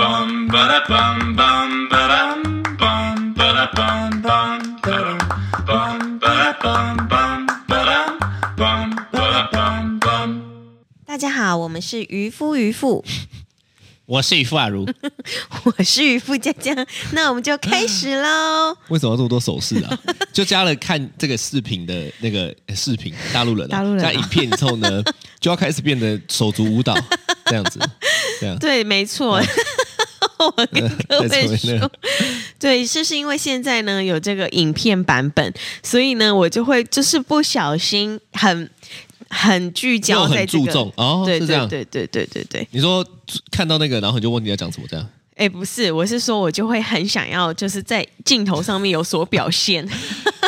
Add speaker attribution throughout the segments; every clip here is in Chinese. Speaker 1: bum ba da bum bum ba dum bum ba da bum bum ba dum bum ba da bum bum ba dum bum ba da bum bum.
Speaker 2: 大家好，我们是渔夫渔妇，
Speaker 3: 我是渔夫阿如，
Speaker 2: 我是渔夫佳佳，那我们就开始喽。
Speaker 3: 为什么要这么多手势啊？就加了看这个视频的那个呃视频，大陆人、啊，
Speaker 2: 大陆人啊
Speaker 3: 加影片之后 呢，就要开始变得手足舞蹈这样子，这 样
Speaker 2: 对，没错。 我跟各
Speaker 3: 在
Speaker 2: 位
Speaker 3: 这边呢
Speaker 2: 说，对，这是因为现在呢有这个影片版本，所以呢我就会就是不小心很很聚焦
Speaker 3: 又
Speaker 2: 在
Speaker 3: 很
Speaker 2: 这
Speaker 3: 注
Speaker 2: 个，
Speaker 3: 重哦，
Speaker 2: 对
Speaker 3: 是这
Speaker 2: 对
Speaker 3: 样。
Speaker 2: 对对对对对。
Speaker 3: 你说看到那个，然后你就问你要讲什么这样？
Speaker 2: 哎，不是，我是说我就会很想要就是在镜头上面有所表现，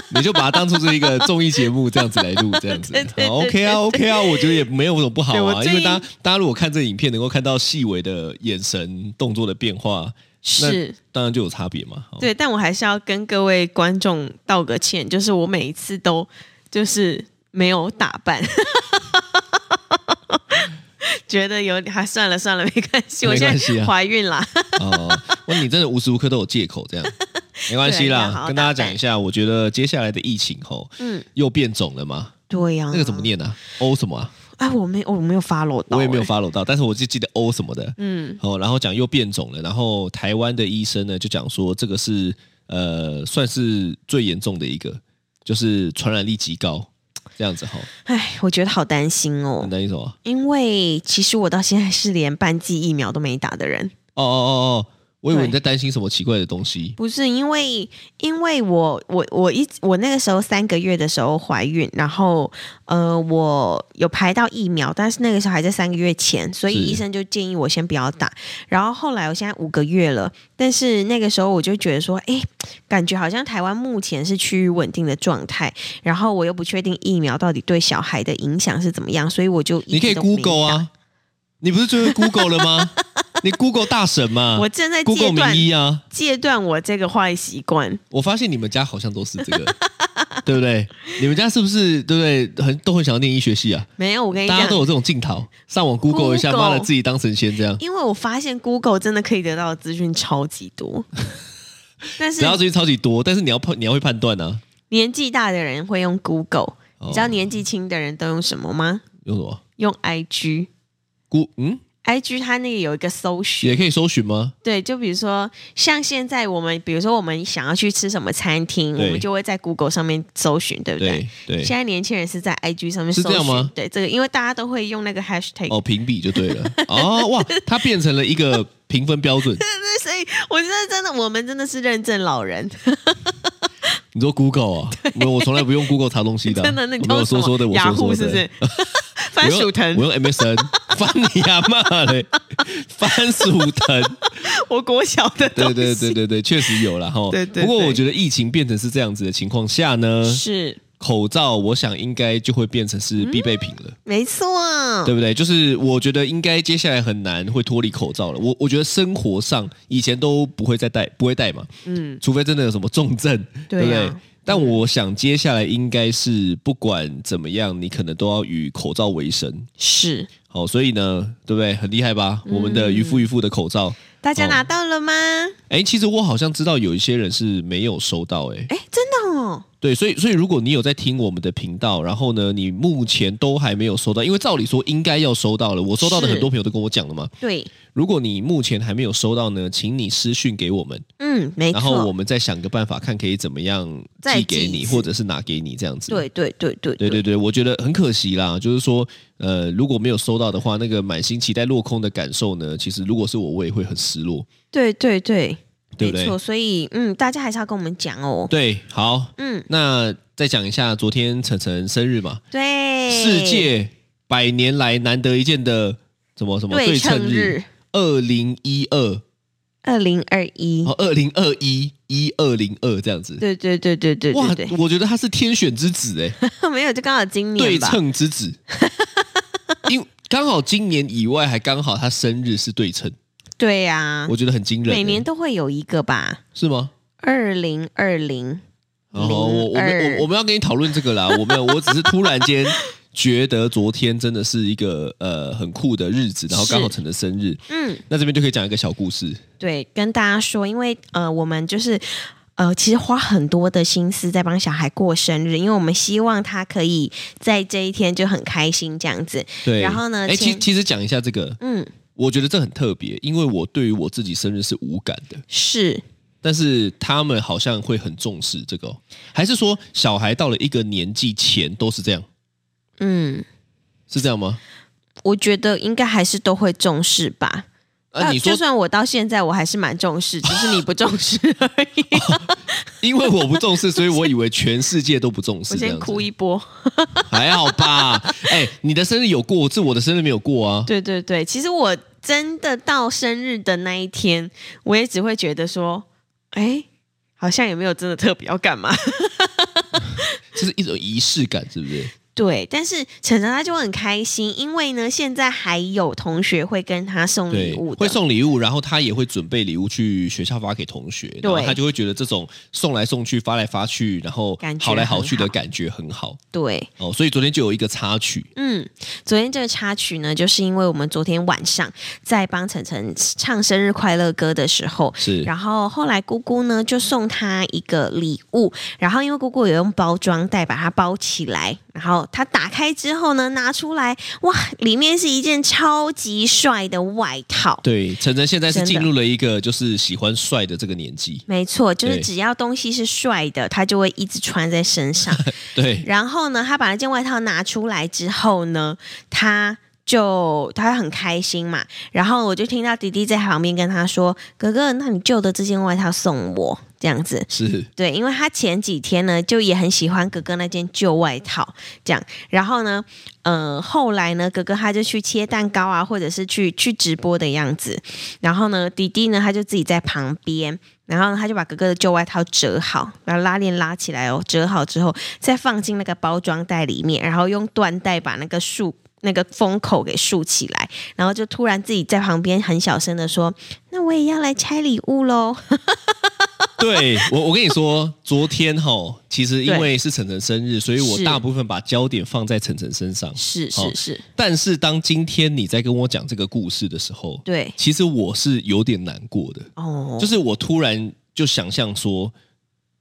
Speaker 3: 你就把它当做是一个综艺节目这样子来录，这样子
Speaker 2: 对对对
Speaker 3: 好 OK 啊，OK 啊，我觉得也没有什么不好
Speaker 2: 对我
Speaker 3: 啊，
Speaker 2: 最
Speaker 3: 因为大家大家如果看这影片能够看到细微的眼神、动作的变化，那
Speaker 2: 是。
Speaker 3: 当然就有差别嘛。哦，
Speaker 2: 对，但我还是要跟各位观众道个歉，就是我每一次都就是没有打扮， 觉得有还、啊、算了算了，没关系，我
Speaker 3: 没
Speaker 2: 现
Speaker 3: 关系
Speaker 2: 在
Speaker 3: 啊
Speaker 2: 怀孕啦，
Speaker 3: 哦，哇，你真的无时无刻都有借口这样，没关系
Speaker 2: 对要好
Speaker 3: 啦。
Speaker 2: 好
Speaker 3: 跟大家讲一下，我觉得接下来的疫情吼，
Speaker 2: 嗯，
Speaker 3: 又变种了嘛，
Speaker 2: 对呀、
Speaker 3: 那个怎么？念啊？O 什么啊？
Speaker 2: 哎，我没我没有 follow 到、
Speaker 3: 我也没有
Speaker 2: 哎
Speaker 3: follow 到，但是我就记得 O 什么的。
Speaker 2: 嗯，
Speaker 3: 哦，然后讲又变种了，然后台湾的医生呢就讲说这个是呃算是最严重的一个，就是传染力极高这样子哈、
Speaker 2: 哎，我觉得好担心
Speaker 3: 很
Speaker 2: 哦，
Speaker 3: 担心什么？
Speaker 2: 因为其实我到现在是连半剂疫苗都没打的人。
Speaker 3: 哦哦哦哦，我以为
Speaker 2: 对
Speaker 3: 你在担心什么奇怪的东西。
Speaker 2: 不是因为，因为我我我一直我那个时候三个月的时候怀孕，然后呃我有排到疫苗，但是那个时候还在三个月前，所以
Speaker 3: 是
Speaker 2: 医生就建议我先不要打。然后后来我现在五个月了，但是那个时候我就觉得说，哎，感觉好像台湾目前是趋于稳定的状态，然后我又不确定疫苗到底对小孩的影响是怎么样，所以我就一
Speaker 3: 你可以
Speaker 2: 直都没
Speaker 3: Google 啊，你不是最会 Google 了 吗？你 Google 大神嘛
Speaker 2: 打。我正在戒
Speaker 3: ，Google
Speaker 2: 断
Speaker 3: 名医啊。
Speaker 2: 戒断我这个坏习惯，
Speaker 3: 我发现你们家好像都是这 个，对不对？你们家是不是对不对？很都很想要念医学系啊？
Speaker 2: 没有我跟你
Speaker 3: 大家
Speaker 2: 讲
Speaker 3: 都。有这种镜头，上网 Google 一下，
Speaker 2: 哎 Google
Speaker 3: 妈的自己当神仙这样。
Speaker 2: 因为我发现 Google 真的可以得到的资讯超级 多，但是
Speaker 3: 只要资讯超级多，但是你要判，你要会判断啊。
Speaker 2: 年纪大的人会用 Google，、
Speaker 3: 哦
Speaker 2: 你知道年纪轻的人都用什么吗？
Speaker 3: 用什么？
Speaker 2: 用 IG。
Speaker 3: 估嗯，
Speaker 2: IG 它那个有一个搜
Speaker 3: 也
Speaker 2: 寻，
Speaker 3: 可以搜寻吗？
Speaker 2: 对，就比如说像现在我们，比如说我们想要去吃什么餐厅，
Speaker 3: 对
Speaker 2: 我们就会在 Google 上面搜寻，对不
Speaker 3: 对对，
Speaker 2: 现在年轻人是在 IG 上面搜
Speaker 3: 是
Speaker 2: 寻，
Speaker 3: 这样吗
Speaker 2: 对，这个因为大家都会用那个 hashtag，、
Speaker 3: 哦，评比就对了。哦，哇，它变成了一个评分标准。
Speaker 2: 对， 所以我觉得真的我们真的是认证老人，
Speaker 3: 你说 Google 啊？没有，我从来不用 Google 查东西的啊。
Speaker 2: 真的，那你
Speaker 3: 我没有
Speaker 2: 用什
Speaker 3: 说
Speaker 2: 么
Speaker 3: 说的，我
Speaker 2: 雅
Speaker 3: 说说
Speaker 2: 虎
Speaker 3: 的。
Speaker 2: 是不是？ 番薯藤
Speaker 3: 我，用我 用 MSN 翻你阿妈嘞，番薯藤，
Speaker 2: 我国小的 东
Speaker 3: 对
Speaker 2: 西
Speaker 3: 对对对对，确实有了哈。吼
Speaker 2: 对对对
Speaker 3: 不过我觉得疫情变成是这样子的情况下呢，
Speaker 2: 是
Speaker 3: 口罩我想应该就会变成是必备品了，
Speaker 2: 没错，
Speaker 3: 对不对？就是我觉得应该接下来很难会脱离口罩了。我我觉得生活上以前都不会再戴，不会戴嘛，
Speaker 2: 嗯，
Speaker 3: 除非真的有什么重症，
Speaker 2: 对啊
Speaker 3: 不对？但我想接下来应该是不管怎么样，你可能都要与口罩为生。
Speaker 2: 是
Speaker 3: 好、所以呢，对不对？很厉害吧？我们
Speaker 2: 嗯
Speaker 3: 的渔夫渔妇的口罩，
Speaker 2: 大家
Speaker 3: 哦
Speaker 2: 拿到了吗？
Speaker 3: 哎、其实我好像知道有一些人是没有收到、诶哎，
Speaker 2: 哎，真的哦，
Speaker 3: 对，所以所以如果你有在听我们的频道，然后呢，你目前都还没有收到，因为照理说应该要收到了，我收到的
Speaker 2: 是
Speaker 3: 很多朋友都跟我讲了嘛。
Speaker 2: 对，
Speaker 3: 如果你目前还没有收到呢，请你私讯给我们，
Speaker 2: 嗯，没
Speaker 3: 然后我
Speaker 2: 错，
Speaker 3: 们再想个办法，看可以怎么样
Speaker 2: 再
Speaker 3: 寄给
Speaker 2: 寄一
Speaker 3: 你，
Speaker 2: 次
Speaker 3: 或者是拿给你这样子。
Speaker 2: 对对对对
Speaker 3: 对对对，我觉得很可惜啦，就是说，呃，如果没有收到的话，那个满心期待落空的感受呢，其实如果是我，我也会很失落，
Speaker 2: 对对对，
Speaker 3: 对不
Speaker 2: 没
Speaker 3: 对
Speaker 2: 错，？所以嗯，大家还是要跟我们讲哦，
Speaker 3: 对，好，
Speaker 2: 嗯，
Speaker 3: 那再讲一下昨天晨晨生日嘛，
Speaker 2: 对，
Speaker 3: 世界百年来难得一见的什么什么
Speaker 2: 对
Speaker 3: 称
Speaker 2: 称
Speaker 3: 日，
Speaker 2: 日
Speaker 3: 二零一二，
Speaker 2: 二零二一
Speaker 3: 哦，，二零二一，一二零二这样子。
Speaker 2: 对对对对对
Speaker 3: 哇
Speaker 2: 对，对
Speaker 3: 我觉得他是天选之 子哎、
Speaker 2: 对，没有就刚好今
Speaker 3: 对
Speaker 2: 年吧，
Speaker 3: 称 之子，因刚好今年以外，还刚好他生日是对称，
Speaker 2: 对呀
Speaker 3: 我，觉得很惊人、欸。
Speaker 2: 啊每年都会有一个吧，
Speaker 3: 是吗？
Speaker 2: 二零二零。
Speaker 3: 哦，我我们我我们要跟你讨论这个啦，我没有，我只是突然间觉得昨天真的是一个呃很酷的日子，然后刚好
Speaker 2: 是
Speaker 3: 成了生 日。
Speaker 2: 嗯，
Speaker 3: 那这边就可以讲一个小故事，
Speaker 2: 对，跟大家说，因为呃，我们就是。呃，其实花很多的心思在帮小孩过生日，因为我们希望他可以在这一天就很开心这样子。
Speaker 3: 对。
Speaker 2: 然后呢
Speaker 3: 哎，其
Speaker 2: 前
Speaker 3: 其实讲一下这个，
Speaker 2: 嗯，
Speaker 3: 我觉得这很特别，因为我对于我自己生日是无感的，
Speaker 2: 是，
Speaker 3: 但是他们好像会很重视这个哦、还是说小孩到了一个年纪前都是这样，
Speaker 2: 嗯，
Speaker 3: 是这样吗？
Speaker 2: 我觉得应该还是都会重视吧。
Speaker 3: 啊，你说
Speaker 2: 呃就，算我到现在我还是蛮重视，只是你不重视而已。
Speaker 3: 哦因为我不重视，所以我以为全世界都不重视。
Speaker 2: 我
Speaker 3: 这
Speaker 2: 先
Speaker 3: 样子
Speaker 2: 哭一波。
Speaker 3: 还好吧？哎、你的生日有过，这我的生日没有过啊。
Speaker 2: 对对对，其实我真的到生日的那一天，我也只会觉得说，哎，好像也没有真的特别要干嘛。
Speaker 3: 这是一种仪式感，是不是？
Speaker 2: 对，但是晨晨他就会很开心，因为呢，现在还有同学会跟他送嗯礼
Speaker 3: 对
Speaker 2: 物，的，
Speaker 3: 会送礼物，然后他也会准备礼物去学校发给同学，然后他就会觉得这种送来送去、发来发去，然后
Speaker 2: 感觉
Speaker 3: 好来好去的
Speaker 2: 很好
Speaker 3: 感觉很好
Speaker 2: 对，
Speaker 3: 哦。所以昨天就有一个插曲，
Speaker 2: 嗯，昨天这个插曲呢，就是因为我们昨天晚上在帮晨晨唱生日快乐歌的时候。
Speaker 3: 是
Speaker 2: 然后后来姑姑呢就送他一个礼物，然后因为姑姑有用包装袋把它包起来，然后他打开之后呢拿出来，哇，里面是一件超级帅的外套，
Speaker 3: 对晨晨现在是
Speaker 2: 真的
Speaker 3: 进入了一个就是喜欢帅的这个年纪，
Speaker 2: 没错，就是
Speaker 3: 对
Speaker 2: 只要东西是帅的，他就会一直穿在身上。
Speaker 3: 对，
Speaker 2: 然后呢，他把那件外套拿出来之后呢，他就他很开心嘛。然后我就听到弟弟在旁边跟他说：“哥哥，那你旧的这件外套送我。”这样子，
Speaker 3: 是
Speaker 2: 对，因为他前几天呢就也很喜欢哥哥那件旧外套，这样。然后呢，呃，后来呢，哥哥他就去切蛋糕啊，或者是去去直播的样子。然后呢，弟弟呢他就自己在旁边，然后呢他就把哥哥的旧外套折好，然后拉链拉起来哦，折好之后再放进那个包装袋里面，然后用缎带把那个束。那个封口给竖起来，然后就突然自己在旁边很小声的说：“那我也要来拆礼物喽。
Speaker 3: 对我，我跟你说，昨天哈，其实因
Speaker 2: 对
Speaker 3: 为是晨晨生日，所以我
Speaker 2: 是
Speaker 3: 大部分把焦点放在晨晨身上。
Speaker 2: 是”
Speaker 3: 好
Speaker 2: 是是，
Speaker 3: 但是当今天你在跟我讲这个故事的时候，
Speaker 2: 对。
Speaker 3: 其实我是有点难过的，
Speaker 2: 哦，
Speaker 3: 就是我突然就想象说，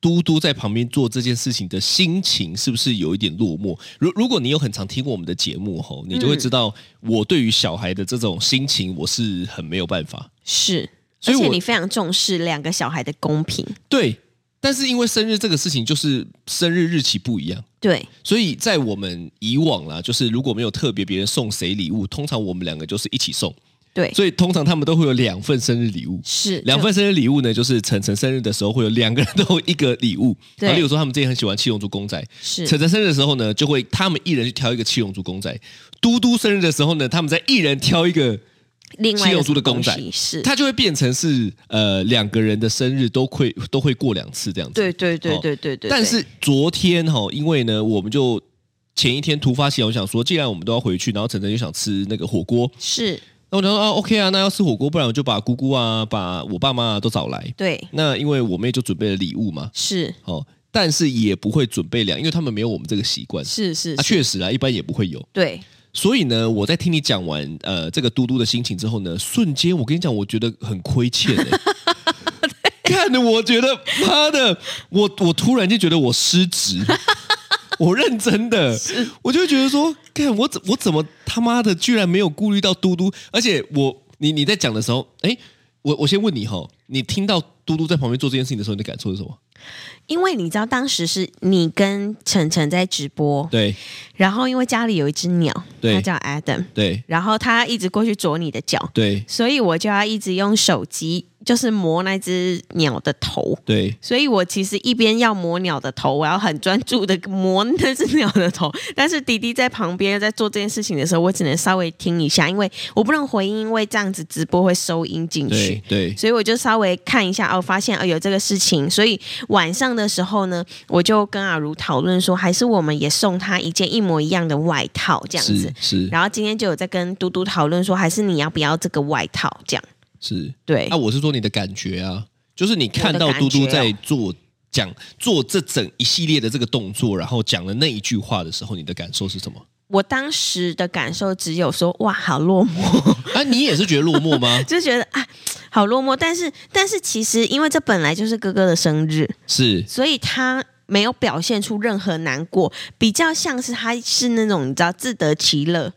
Speaker 3: 嘟嘟在旁边做这件事情的心情是不是有一点落寞？如如果你有很常听过我们的节目吼，你就会知道我对于小孩的这种心情我是很没有办法。
Speaker 2: 是，
Speaker 3: 所以
Speaker 2: 而且
Speaker 3: 我
Speaker 2: 你非常重视两个小孩的公平。
Speaker 3: 对，但是因为生日这个事情就是生日日期不一样。
Speaker 2: 对，
Speaker 3: 所以在我们以往啦，就是如果没有特别别人送谁礼物，通常我们两个就是一起送，
Speaker 2: 对，
Speaker 3: 所以通常他们都会有两份生日礼物。
Speaker 2: 是
Speaker 3: 两份生日礼物呢，就是晨晨生日的时候会有两个人都有一个礼物。
Speaker 2: 对
Speaker 3: 啊例如说他们之前很喜欢七龙珠公仔，晨
Speaker 2: 是
Speaker 3: 晨生日的时候呢，就会他们一人去挑一个七龙珠公仔；嘟嘟生日的时候呢，他们再一人挑一个，
Speaker 2: 另外
Speaker 3: 七
Speaker 2: 一
Speaker 3: 龙
Speaker 2: 个
Speaker 3: 珠的公
Speaker 2: 东
Speaker 3: 仔
Speaker 2: 西是，
Speaker 3: 它就会变成是呃两个人的生日都会都会过两次这样子。
Speaker 2: 对对对
Speaker 3: 哦
Speaker 2: 对对对。
Speaker 3: 但
Speaker 2: 对
Speaker 3: 是昨天哈、哦，因为呢，我们就前一天突发奇想，我想说，既然我们都要回去，然后晨晨就想吃那个火锅，
Speaker 2: 是，
Speaker 3: 那我想说啊，OK 啊，那要吃火锅，不然我就把姑姑啊、把我爸妈啊都找来。
Speaker 2: 对，
Speaker 3: 那因为我妹就准备了礼物嘛，
Speaker 2: 是
Speaker 3: 哦，但是也不会准备两，因为他们没有我们这个习惯。
Speaker 2: 是是是，
Speaker 3: 啊，确实啊，一般也不会有。
Speaker 2: 对，
Speaker 3: 所以呢，我在听你讲完呃这个嘟嘟的心情之后呢，瞬间我跟你讲，我觉得很亏 欠、欸。看的我觉得妈的，我我突然就觉得我失 职，我认真的，我就会觉得说，看我怎我怎么他妈的居然没有顾虑到嘟嘟，而且我你你在讲的时候，哎，我我先问你哈，你听到嘟嘟在旁边做这件事情的时候，你的感受是什么？
Speaker 2: 哦因为你知道当时是你跟晨晨在直播，
Speaker 3: 对
Speaker 2: 然后因为家里有一只鸟，
Speaker 3: 对
Speaker 2: 它叫 Adam，
Speaker 3: 对
Speaker 2: 然后它一直过去啄你的脚，
Speaker 3: 对
Speaker 2: 所以我就要一直用手机就是磨那只鸟的头。
Speaker 3: 对，
Speaker 2: 所以我其实一边要磨鸟的头，我要很专注的磨那只鸟的头，但是弟弟在旁边在做这件事情的时候，我只能稍微听一下，因为我不能回音，因为这样子直播会收音进
Speaker 3: 对
Speaker 2: 去。
Speaker 3: 对
Speaker 2: 所以我就稍微看一下，哦，发现哦有这个事情，所以晚上的时候呢，我就跟阿如讨论说，还是我们也送他一件一模一样的外套这样子
Speaker 3: 是。是
Speaker 2: 然后今天就有在跟嘟嘟讨论说，还是你要不要这个外套这样？
Speaker 3: 是，
Speaker 2: 对，
Speaker 3: 啊，我是说你的感觉啊，就是你看到
Speaker 2: 我的
Speaker 3: 嘟
Speaker 2: 感觉
Speaker 3: 嘟在
Speaker 2: 哦
Speaker 3: 做讲做这整一系列的这个动作，然后讲了那一句话的时候，你的感受是什么？
Speaker 2: 我当时的感受只有说哇，好落寞，？
Speaker 3: 啊，你也是觉得落寞 吗
Speaker 2: 就觉得啊，好落寞。但是，但是其实因为这本来就是哥哥的生日，
Speaker 3: 是，
Speaker 2: 所以他没有表现出任何难过，比较像是他是那种你知道自得其乐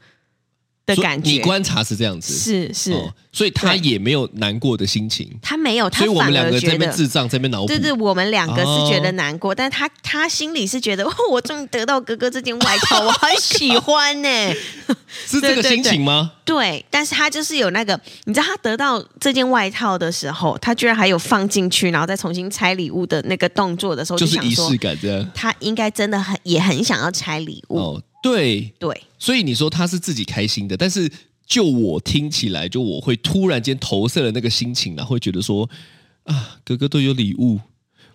Speaker 2: 的
Speaker 3: 所以
Speaker 2: 感觉。
Speaker 3: 你观察是这样子，
Speaker 2: 是是、
Speaker 3: 哦，所以他
Speaker 2: 对
Speaker 3: 也没有难过的心情，
Speaker 2: 他没有，
Speaker 3: 所
Speaker 2: 他
Speaker 3: 以我们
Speaker 2: 反
Speaker 3: 两
Speaker 2: 而
Speaker 3: 个在
Speaker 2: 觉
Speaker 3: 那边
Speaker 2: 得。
Speaker 3: 智障，在那边脑补，
Speaker 2: 对对，我们两个是觉得
Speaker 3: 哦
Speaker 2: 难过，但他他心里是觉得，哦，我终于得到哥哥这件外套， 我很喜欢呢、
Speaker 3: 是这个
Speaker 2: 对对
Speaker 3: 心情吗？
Speaker 2: 对，但是他就是有那个，你知道他得到这件外套的时候，他居然还有放进去，然后再重新拆礼物的那个动作的时候，
Speaker 3: 就是
Speaker 2: 想
Speaker 3: 仪
Speaker 2: 说
Speaker 3: 式感这样。
Speaker 2: 他应该真的很也很想要拆礼物。
Speaker 3: 哦，对，
Speaker 2: 对，
Speaker 3: 所以你说他是自己开心的，但是就我听起来，就我会突然间投射了那个心情，然后会觉得说啊，哥哥都有礼物，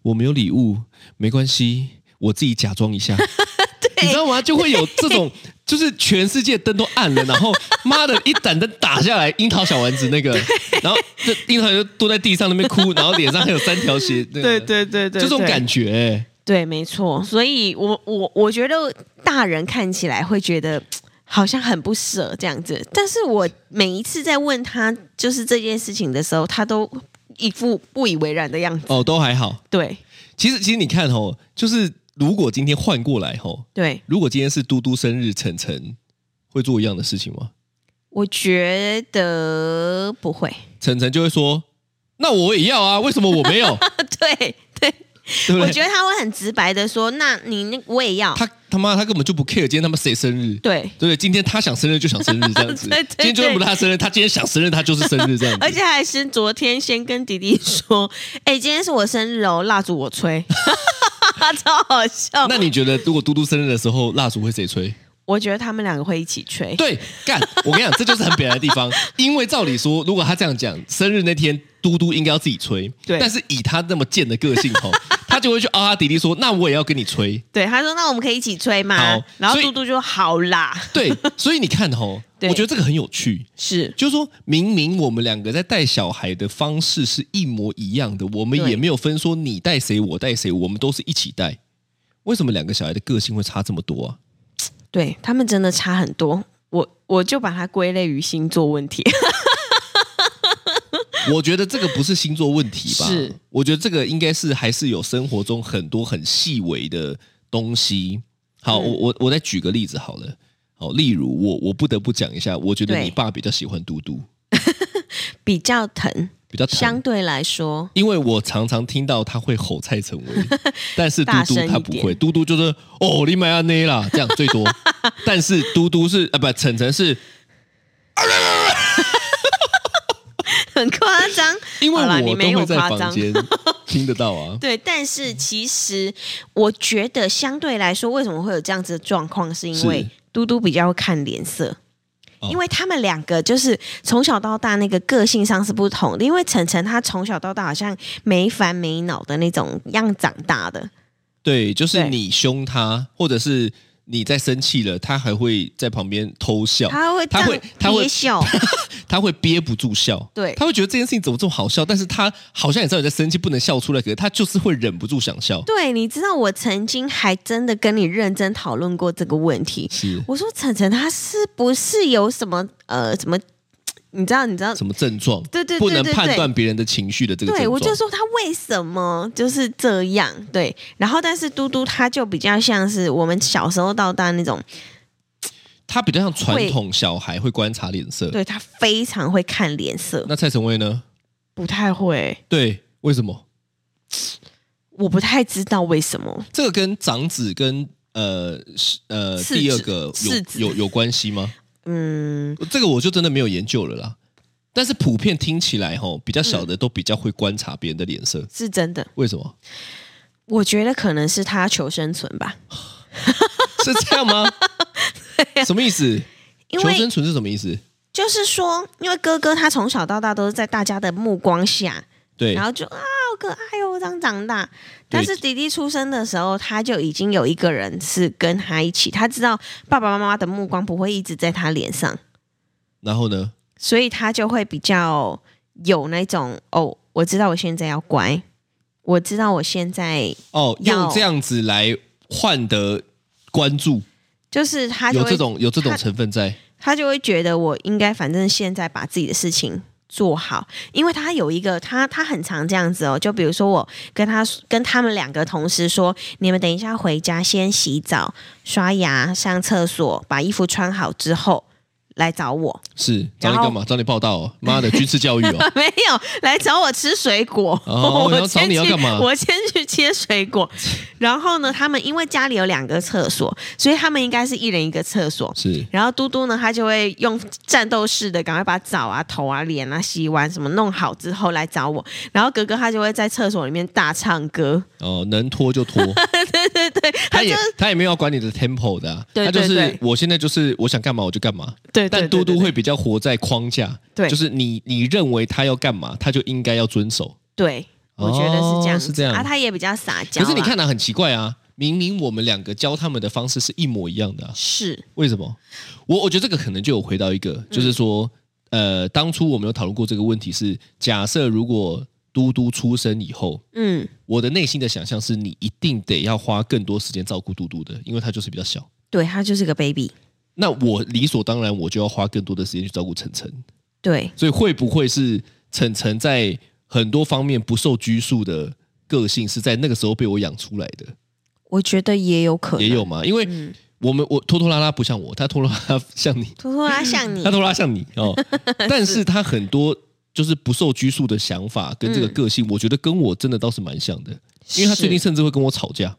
Speaker 3: 我没有礼物没关系，我自己假装 一下。你知道吗？就会有这种，就是全世界灯都暗了，然后妈的一盏灯打下来，樱桃小丸子那个，然后这樱桃就蹲在地上那边哭，然后脸上还有三条 血，那个，
Speaker 2: 对对
Speaker 3: 就这种感觉、欸
Speaker 2: 对，没错。所以我我我觉得大人看起来会觉得。嘖好像很不舍这样子，但是我每一次在问他就是这件事情的时候，他都一副不以为然的样子。
Speaker 3: 哦，都还好。
Speaker 2: 对
Speaker 3: 其实，其实你看哦，就是如果今天换过来哦吼、
Speaker 2: 对，
Speaker 3: 如果今天是嘟嘟生日，晨晨会做一样的事情吗？
Speaker 2: 我觉得不会。
Speaker 3: 晨晨就会说：“那我也要啊，为什么我没有？
Speaker 2: 对对，
Speaker 3: 对不
Speaker 2: 我
Speaker 3: 对
Speaker 2: 觉得他会很直白的说：“那你那我也要。
Speaker 3: 他他妈他根本就不 care 今天他妈谁生日，”
Speaker 2: 对，
Speaker 3: 对不对？今天他想生日就想生日这样子，
Speaker 2: 对对对
Speaker 3: 今天就算不是他生日，他今天想生日他就是生日这样子。
Speaker 2: 而且还是昨天先跟弟弟说：“哎、今天是我生日哦，蜡烛我 吹。”超好笑。
Speaker 3: 那你觉得如果嘟嘟生日的时候，蜡烛会谁吹？
Speaker 2: 我觉得他们两个会一起吹。
Speaker 3: 对，干！我跟你讲，这就是很北来的地 方。因为照理说，如果他这样讲，生日那天嘟嘟应该要自己吹。
Speaker 2: 对
Speaker 3: 但是以他那么贱的个性吼，他就会去啊啊迪迪说：“那我也要跟你吹。
Speaker 2: 对，他说：“那我们可以一起吹嘛
Speaker 3: 好？”
Speaker 2: 然后
Speaker 3: 所以
Speaker 2: 嘟嘟就好啦，”
Speaker 3: 对，所以你看吼，我
Speaker 2: 对
Speaker 3: 觉得这个很有趣。
Speaker 2: 是
Speaker 3: 就是说明明我们两个在带小孩的方式是一模一样的，我们
Speaker 2: 对
Speaker 3: 也没有分说你带谁，我带谁，我们都是一起带。为什么两个小孩的个性会差这么多啊？
Speaker 2: 对他们真的差很多。我我就把它归类于星座问题。
Speaker 3: 我觉得这个不是星座问题吧？
Speaker 2: 是，
Speaker 3: 我觉得这个应该是还是有生活中很多很细微的东西。好，
Speaker 2: 嗯
Speaker 3: 我我我再举个例子好了。好，例如我我不得不讲一下，我觉得
Speaker 2: 对
Speaker 3: 你爸比较喜欢嘟嘟，
Speaker 2: 比较疼，
Speaker 3: 比较
Speaker 2: 相
Speaker 3: 疼，
Speaker 2: 对来 说，
Speaker 3: 因为我常常听到他会吼 蔡成威，但是嘟
Speaker 2: 大
Speaker 3: 嘟
Speaker 2: 声一
Speaker 3: 他不
Speaker 2: 点
Speaker 3: 会，嘟嘟就是哦你买阿内啦这样最 多，但是嘟嘟是啊不晨晨是
Speaker 2: 很夸张。
Speaker 3: 因为
Speaker 2: 好啦你
Speaker 3: 我
Speaker 2: 没
Speaker 3: 都
Speaker 2: 有
Speaker 3: 会在
Speaker 2: 夸
Speaker 3: 房
Speaker 2: 张
Speaker 3: 间听得到啊，
Speaker 2: 对，但是其实我觉得相对来说，为什么会有这样子的状况，是因
Speaker 3: 是
Speaker 2: 为嘟嘟比较会看脸色。
Speaker 3: 哦
Speaker 2: 因为他们两个就是从小到大那个个性上是不同的，因为晨晨他从小到大好像没烦没恼的那种样长大的，
Speaker 3: 对，就是
Speaker 2: 对
Speaker 3: 你凶他，或者是你在生气了，他还会在旁边偷笑，
Speaker 2: 他会
Speaker 3: 哦他
Speaker 2: 这
Speaker 3: 会
Speaker 2: 样
Speaker 3: 他会
Speaker 2: 憋 笑，
Speaker 3: 他会憋不住笑，
Speaker 2: 对
Speaker 3: 他会觉得这件事情怎么这么好笑，但是他好像也知道你在生气，不能笑出来，可是他就是会忍不住想笑。
Speaker 2: 对，你知道我曾经还真的跟你认真讨论过这个问题，
Speaker 3: 是
Speaker 2: 我说晨晨他是不是有什么呃什么，你知道你知道
Speaker 3: 什么症状？
Speaker 2: 对对对
Speaker 3: 不能
Speaker 2: 对对
Speaker 3: 判断别人的情绪的这个症
Speaker 2: 对，
Speaker 3: 状。
Speaker 2: 我就说他为什么就是这样？对，然后但是嘟嘟他就比较像是我们小时候到大那种，
Speaker 3: 他比较像传
Speaker 2: 会
Speaker 3: 统小孩会观察脸色。
Speaker 2: 对他非常会看脸色，
Speaker 3: 那蔡成威呢？
Speaker 2: 不太会，
Speaker 3: 对，为什么？
Speaker 2: 我不太知道为什么。
Speaker 3: 这个跟长子跟呃是呃
Speaker 2: 次
Speaker 3: 第二
Speaker 2: 子
Speaker 3: 个
Speaker 2: 次子
Speaker 3: 有有有关系吗？
Speaker 2: 嗯，
Speaker 3: 这个我就真的没有研究了啦。但是普遍听起来，吼，比较小
Speaker 2: 嗯
Speaker 3: 的都比较会观察别人的脸色，
Speaker 2: 是真的，
Speaker 3: 为什么？
Speaker 2: 我觉得可能是他求生存吧，
Speaker 3: 是这样 吗？什么意思？
Speaker 2: 啊因
Speaker 3: 求
Speaker 2: 为
Speaker 3: 生存是什么意思？
Speaker 2: 就是说，因为哥哥他从小到大都是在大家的目光下，
Speaker 3: 对
Speaker 2: 然，后就啊好可爱哦，这样长大。
Speaker 3: 对
Speaker 2: 但是弟弟出生的时候，他就已经有一个人是跟他一起，他知道爸爸妈妈的目光不会一直在他脸上，
Speaker 3: 然后呢？
Speaker 2: 所以他就会比较有那种哦，我知道我现在要乖，我知道我现在
Speaker 3: 哦，
Speaker 2: 要
Speaker 3: 用这样子来换得关注，
Speaker 2: 就是他就
Speaker 3: 有
Speaker 2: 会
Speaker 3: 这种有这种
Speaker 2: 他
Speaker 3: 成分在，
Speaker 2: 他就会觉得我应该反正现在把自己的事情做好，因为他有一个他他很常这样子哦，就比如说我跟他跟他们两个同时说，你们等一下回家先洗澡、刷牙、上厕所，把衣服穿好之后来找我，
Speaker 3: 是找
Speaker 2: 然
Speaker 3: 你
Speaker 2: 后
Speaker 3: 干嘛？找你报道哦！妈的，军事教育 哦！
Speaker 2: 没有来找我吃水果。
Speaker 3: 哦
Speaker 2: 我
Speaker 3: 然后找你要
Speaker 2: 先去
Speaker 3: 干嘛
Speaker 2: 我先去切水果，然后呢，他们因为家里有两个厕所，所以他们应该是一人一个厕所，
Speaker 3: 是
Speaker 2: 然后嘟嘟呢，他就会用战斗式的，赶快把澡啊、头啊、脸啊洗完，什么弄好之后来找我。然后格格他就会在厕所里面大唱歌，
Speaker 3: 哦，能拖就拖，
Speaker 2: 对对对，
Speaker 3: 他
Speaker 2: 就
Speaker 3: 也他也没有要管你的 tempo 的啊，
Speaker 2: 对
Speaker 3: 他就
Speaker 2: 对
Speaker 3: 是
Speaker 2: 对
Speaker 3: 我现在就是我想干嘛我就干嘛。
Speaker 2: 对对
Speaker 3: 但嘟嘟会比较活在框架，
Speaker 2: 对
Speaker 3: 就是你你认为他要干嘛，他就应该要遵守。
Speaker 2: 对，我觉得是这样
Speaker 3: 哦
Speaker 2: 子，
Speaker 3: 是这样
Speaker 2: 啊，他也比较撒娇
Speaker 3: 可
Speaker 2: 啦。
Speaker 3: 是你看啊，很奇怪啊，明明我们两个教他们的方式是一模一样的啊、
Speaker 2: 是
Speaker 3: 为什么？我我觉得这个可能就有回到一个，
Speaker 2: 嗯
Speaker 3: 就是说，呃，当初我们有讨论过这个问题是，假设如果嘟嘟出生以后，
Speaker 2: 嗯，
Speaker 3: 我的内心的想象是你一定得要花更多时间照顾嘟嘟的，因为他就是比较小。
Speaker 2: 对他就是个 baby，
Speaker 3: 那我理所当然我就要花更多的时间去照顾晨晨，
Speaker 2: 对
Speaker 3: 所以会不会是晨晨在很多方面不受拘束的个性是在那个时候被我养出来的？
Speaker 2: 我觉得也有可能，
Speaker 3: 也有嘛？因为我们我拖拖拉拉不像我，他拖拖拉拉像 你，
Speaker 2: 拖拖拉像你
Speaker 3: 他，拖拖拉拉像你 哦，但是他很多就是不受拘束的想法跟这个个性，我觉得跟我真的倒是蛮像的，因为他最近
Speaker 2: 嗯是
Speaker 3: 甚至会跟我吵架，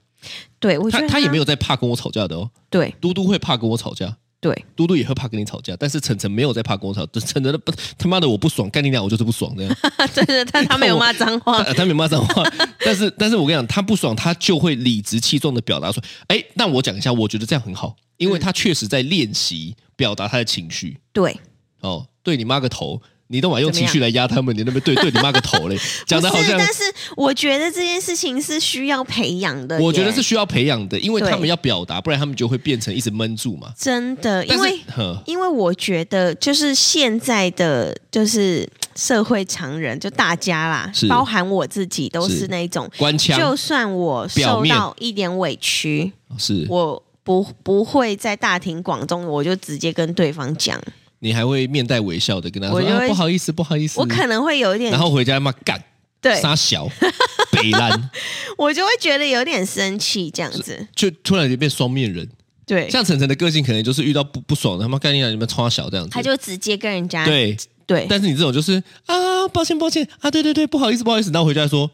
Speaker 2: 对我觉
Speaker 3: 他
Speaker 2: 得
Speaker 3: 他也没
Speaker 2: 有
Speaker 3: 有在怕跟我吵架的哦，
Speaker 2: 对
Speaker 3: 嘟嘟会怕跟我吵架。
Speaker 2: 对
Speaker 3: 嘟嘟也会怕跟你吵架，但是晨晨没有在怕跟我吵，晨晨的不他妈的我不爽，干你俩我就是不爽 这样。
Speaker 2: 对对，但他没有骂脏话，
Speaker 3: 他他没骂脏话，但是但是我跟你讲，他不爽，他就会理直气壮的表达说，哎，那我讲一下，我觉得这样很好，因为他确实在练习表达他的情绪。
Speaker 2: 对，
Speaker 3: 哦，对你妈个头，你都嘛用情绪来压他们，你那边对对你妈个头 嘞，讲的
Speaker 2: 不
Speaker 3: 好
Speaker 2: 是，
Speaker 3: 像。
Speaker 2: 但是我觉得这件事情是需要培养的耶，
Speaker 3: 我觉得是需要培养的，因为他
Speaker 2: 对
Speaker 3: 们要表达，不然他们就会变成一直闷住嘛。
Speaker 2: 真的，因
Speaker 3: 但
Speaker 2: 为
Speaker 3: 是，呵
Speaker 2: 因为我觉得，就是现在的就是社会常人，就大家啦
Speaker 3: 是，
Speaker 2: 包含我自己，都
Speaker 3: 是
Speaker 2: 是那一种，
Speaker 3: 官
Speaker 2: 就
Speaker 3: 腔
Speaker 2: 算我
Speaker 3: 表
Speaker 2: 受
Speaker 3: 面
Speaker 2: 到一点委屈，
Speaker 3: 是，
Speaker 2: 我不不会在大庭广众，我就直接跟对方讲，
Speaker 3: 你还会面带微笑的跟他说、
Speaker 2: 我就
Speaker 3: 啊、
Speaker 2: 会
Speaker 3: 不好意思，不好意思。
Speaker 2: 我可能会有一点
Speaker 3: 然，后回家骂干，
Speaker 2: 对
Speaker 3: 傻小 北兰，
Speaker 2: 我就会觉得有点生气这样子，
Speaker 3: 就突然就变双面人。
Speaker 2: 对，
Speaker 3: 像晨晨的个性可能就是遇到不不爽的，他妈干你娘，你们冲他小这样子。
Speaker 2: 他就直接跟人家
Speaker 3: 对，
Speaker 2: 对
Speaker 3: 但是你这种就是啊，抱歉抱歉啊，对对对，不好意思不好意思，然后回家说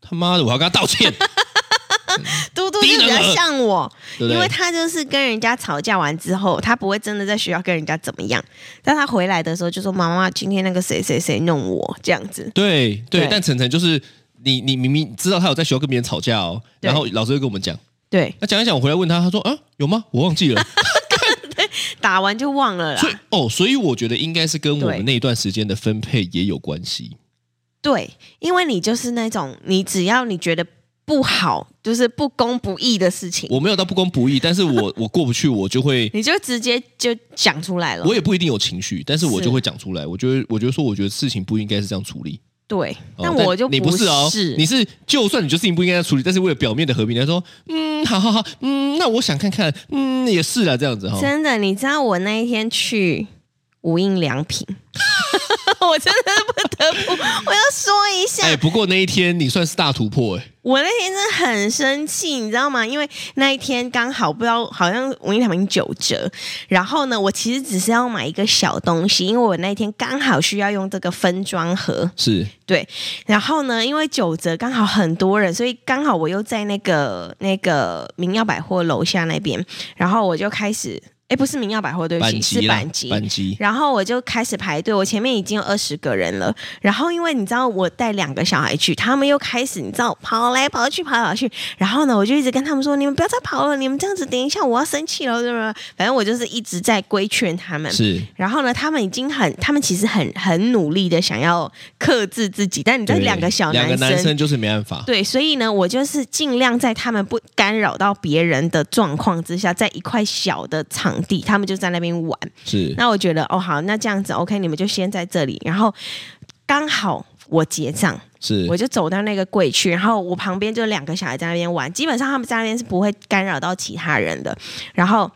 Speaker 3: 他妈的，我要跟他 道歉，
Speaker 2: 嘟嘟就比
Speaker 3: 低能
Speaker 2: 较
Speaker 3: 儿
Speaker 2: 像我，
Speaker 3: 对不
Speaker 2: 因为
Speaker 3: 对？
Speaker 2: 他就是跟人家吵架完之后，他不会真的在学校跟人家怎么样，但他回来的时候就说：“妈妈，今天那个谁谁谁弄我这样子。
Speaker 3: 对对
Speaker 2: 对
Speaker 3: 但晨晨就是你你明明知道他有在学校跟别人吵架哦，
Speaker 2: 对
Speaker 3: 然后老师就跟我们讲，”
Speaker 2: 对，
Speaker 3: 那讲一讲，我回来问他，他说啊有吗？我忘记了，
Speaker 2: 打完就忘了
Speaker 3: 所以
Speaker 2: 啦。
Speaker 3: 哦，所以我觉得应该是跟我
Speaker 2: 对
Speaker 3: 们那一段时间的分配也有关系。
Speaker 2: 对，因为你就是那种，你只要你觉得不好，就是不公不义的事情，
Speaker 3: 我没有到不公不义，但是 我我过不去，我就会，
Speaker 2: 你就直接就讲出来了
Speaker 3: 我。也不一定有情绪，但是我
Speaker 2: 啊是
Speaker 3: 就会讲出来。我觉得，我觉得说，我觉得事情不应该是这样处理。
Speaker 2: 对，
Speaker 3: 哦
Speaker 2: 但我就
Speaker 3: 你
Speaker 2: 不
Speaker 3: 是哦，你是就算你觉得事情不应该这样处理，但是为了表面的和平，他说，嗯，好好好，嗯，那我想看看，嗯，也是啦，这样子哈、
Speaker 2: 真的，你知道我那一天去无印良品， 我真的不得不，我要说一下，
Speaker 3: 哎，不过那一天你算是大突破哎、
Speaker 2: 我那天真的很生气，你知道吗？因为那一天刚好不知道，好像无印良品九折。然后呢，我其实只是要买一个小东西，因为我那一天刚好需要用这个分装盒。
Speaker 3: 是
Speaker 2: 对，然后呢，因为九折刚好很多人，所以刚好我又在那个那个明耀百货楼下那边，然后我就开始，哎，不是明耀百货，对不
Speaker 3: 板
Speaker 2: 起，是
Speaker 3: 级啦
Speaker 2: 板，级，
Speaker 3: 板级，
Speaker 2: 然后我就开始排队，我前面已经有二十个人了。然后因为你知道我带两个小孩去，他们又开始你知道跑来跑去跑来跑去。然后呢，我就一直跟他们说：“你们不要再跑了，你们这样子，等一下我要生气了，对吧？”反正我就是一直在规劝他们。
Speaker 3: 是
Speaker 2: 然后呢，他们已经很，他们其实很很努力的想要克制自己，但你知道
Speaker 3: 对
Speaker 2: 两个小
Speaker 3: 两
Speaker 2: 男
Speaker 3: 个
Speaker 2: 生，
Speaker 3: 男生就是没办法，
Speaker 2: 对，所以呢，我就是尽量在他们不干扰到别人的状况之下，在一块小的场地，他们就在那边玩。
Speaker 3: 是
Speaker 2: 那我觉得哦好，那这样子 OK，你们就先在这里，然后刚好。我结账，
Speaker 3: 是
Speaker 2: 我就走到那个柜去，然后我旁边就两个小孩在那边玩，基本上他们在那边是不会干扰到其他人的。然后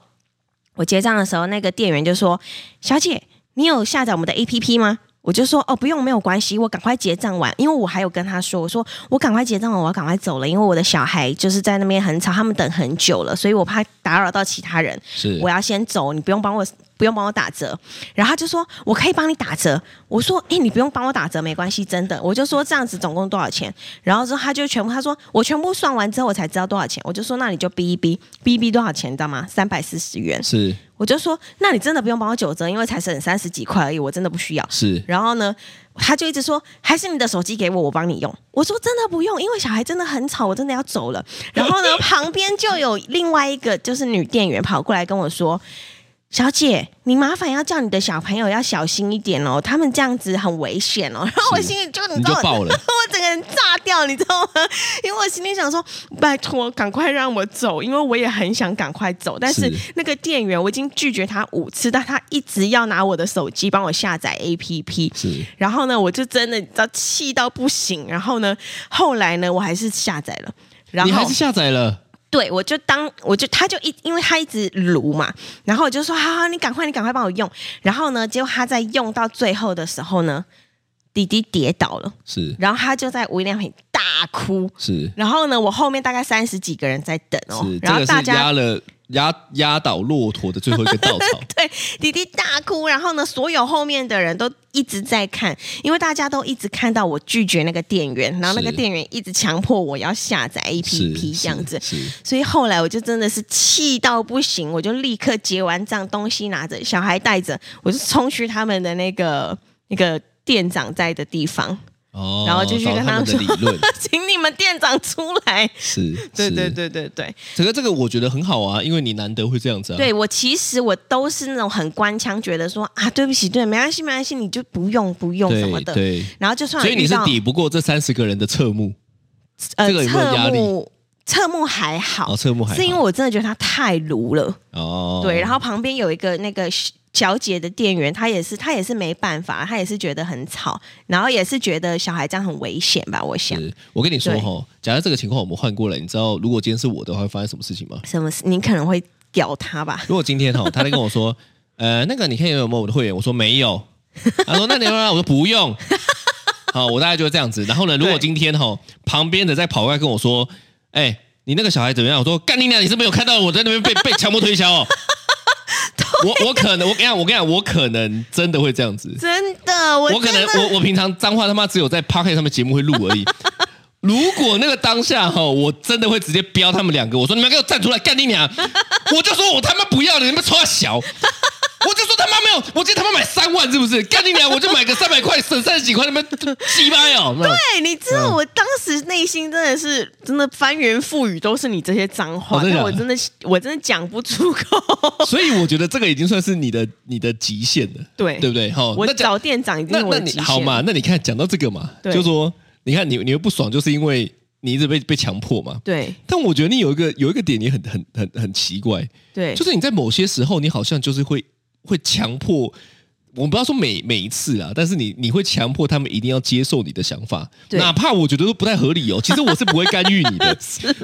Speaker 2: 我结账的时候，那个店员就说：“小姐，你有下载我们的 APP 吗？”我就说：“哦，不用，没有关系，我赶快结账完，因为我还有跟他说，我说我赶快结账完，我要赶快走了，因为我的小孩就是在那边很吵，他们等很久了，所以我怕打扰到其他人，
Speaker 3: 是
Speaker 2: 我要先走，你不用帮我，不用帮我打折。然后他就说我可以帮你打折，我说哎、诶你不用帮我打折，没关系，真的。我就说这样子总共多少钱？然后之后他就全部他说我全部算完之后我才知道多少钱，我就说那你就逼一逼，逼一逼多少钱你知道吗？三百四十元。
Speaker 3: 是
Speaker 2: 我就说那你真的不用帮我九折，因为才省三十几块而已，我真的不需要。
Speaker 3: 是
Speaker 2: 然后呢，他就一直说还是你的手机给我，我帮你用。我说真的不用，因为小孩真的很吵，我真的要走了。然后呢，旁边就有另外一个就是女店员跑过来跟我说。小姐，你麻烦要叫你的小朋友要小心一点哦，他们这样子很危险哦。然后我心里就你
Speaker 3: 你
Speaker 2: 知道
Speaker 3: 就
Speaker 2: 我
Speaker 3: 爆了，
Speaker 2: 我整个人炸掉，你知道吗？因为我心里想说，拜托，赶快让我走，因为我也很想赶快走。但是
Speaker 3: 是
Speaker 2: 那个店员，我已经拒绝他五次，但他一直要拿我的手机帮我下载 APP。
Speaker 3: 是
Speaker 2: 然后呢，我就真的你知道气到不行。然后呢，后来呢，我还是下载了。 然
Speaker 3: 你还
Speaker 2: 后
Speaker 3: 是下载了，
Speaker 2: 对我就当我就他就一因为他一直撸嘛，然后我就说好好，你赶快你赶快帮我用。然后呢，结果他在用到最后的时候呢，弟弟跌倒了。
Speaker 3: 是
Speaker 2: 然后他就在无印良品大哭。
Speaker 3: 是
Speaker 2: 然后呢，我后面大概三十几个人在等哦
Speaker 3: 是，，
Speaker 2: 然
Speaker 3: 这
Speaker 2: 后
Speaker 3: 个
Speaker 2: 大
Speaker 3: 是
Speaker 2: 家
Speaker 3: 压了压压倒骆驼的最后一根
Speaker 2: ，
Speaker 3: 稻草
Speaker 2: 对弟弟大哭，然后呢，所有后面的人都一直在看，因为大家都一直看到我拒绝那个店员，然后那个
Speaker 3: 是
Speaker 2: 店员一直强迫我要下载
Speaker 3: 是
Speaker 2: APP 这样子。
Speaker 3: 是是
Speaker 2: 所以后来我就真的是气到不行，我就立刻结完账，东西拿着，小孩带着，我就冲去他们的那个那个店长在的地方，
Speaker 3: 哦，
Speaker 2: 然后就去
Speaker 3: 找
Speaker 2: 跟
Speaker 3: 他
Speaker 2: 他
Speaker 3: 们的理
Speaker 2: 说
Speaker 3: 论
Speaker 2: 请你们店长出来。
Speaker 3: 是，
Speaker 2: 对对
Speaker 3: 是，
Speaker 2: 对对对，
Speaker 3: 这个这个我觉得很好啊，因为你难得会这样子啊，
Speaker 2: 对我其实我都是那种很官腔，觉得说啊，对不起，对，没关系，没关系，你就不用不用什么
Speaker 3: 对
Speaker 2: 的。
Speaker 3: 对，
Speaker 2: 然后就算
Speaker 3: 所以你
Speaker 2: 遇
Speaker 3: 是
Speaker 2: 到
Speaker 3: 抵不过这三十个人的侧目，
Speaker 2: 呃
Speaker 3: 这个有没有压
Speaker 2: 侧
Speaker 3: 力
Speaker 2: 目侧目还好
Speaker 3: 哦，，侧目还好
Speaker 2: 是因为我真的觉得他太卢了。
Speaker 3: 哦，
Speaker 2: 对，然后旁边有一个那个小姐的店员，她也是，她也是没办法，她也是觉得很吵，然后也是觉得小孩这样很危险吧，我想。
Speaker 3: 是我跟你说
Speaker 2: 对
Speaker 3: 哈、假设这个情况我们换过来，你知道如果今天是我的话，会发生什么事情吗？
Speaker 2: 什么事？你可能会屌他 吧？
Speaker 3: 如果今天哈、他在跟我说， 呃，那个你可以有没有我的会员？我说没有。他说那你要不要？我说不用。 好，我大概就是这样子。然后呢，如果
Speaker 2: 对
Speaker 3: 今天哈、旁边的在跑过来跟我说，哎、你那个小孩怎么样？我说干你娘！你是没有看到我在那边被 被强迫推销哦。我我可能我跟你讲，我跟你讲，我可能真的会这样子。
Speaker 2: 真的，我
Speaker 3: 我可
Speaker 2: 真
Speaker 3: 能
Speaker 2: 的
Speaker 3: 我我平常脏话他妈只有在 p o c k e t 上面节目会录 而已。如果那个当下哈，我真的会直接飙他们两个，我说你们给我站出来干 你娘！我就说我他妈不要了，你们丑小。我就说他妈没有，我今天他妈买三万是不是？干你娘！我就买个三百块，省三十几块，你们鸡巴哦！那种
Speaker 2: 对，哎你知道我当时内心真的是真的翻云覆雨都是你这些脏话，
Speaker 3: 哦真的
Speaker 2: 但
Speaker 3: 假
Speaker 2: 我
Speaker 3: 的
Speaker 2: 真的我真的讲不出口。
Speaker 3: 所以我觉得这个已经算是你的你的极限了，
Speaker 2: 对
Speaker 3: 对不对？哈，
Speaker 2: 我
Speaker 3: 那讲
Speaker 2: 找店长已经
Speaker 3: 那
Speaker 2: 是我
Speaker 3: 那
Speaker 2: 的
Speaker 3: 你
Speaker 2: 极
Speaker 3: 好
Speaker 2: 限了，
Speaker 3: 嘛？那你看讲到这个嘛，
Speaker 2: 对
Speaker 3: 就说你看你你会不爽，就是因为你一直被被强迫嘛，
Speaker 2: 对
Speaker 3: 但我觉得你有一个有一个点也很很很很奇怪，
Speaker 2: 对，
Speaker 3: 就是你在某些时候，你好像就是会会强迫，我们不要说每每一次啦，但是你你会强迫他们一定要接受你的想法，
Speaker 2: 对
Speaker 3: 哪怕我觉得都不太合理哦。其实我是不会干预 你的，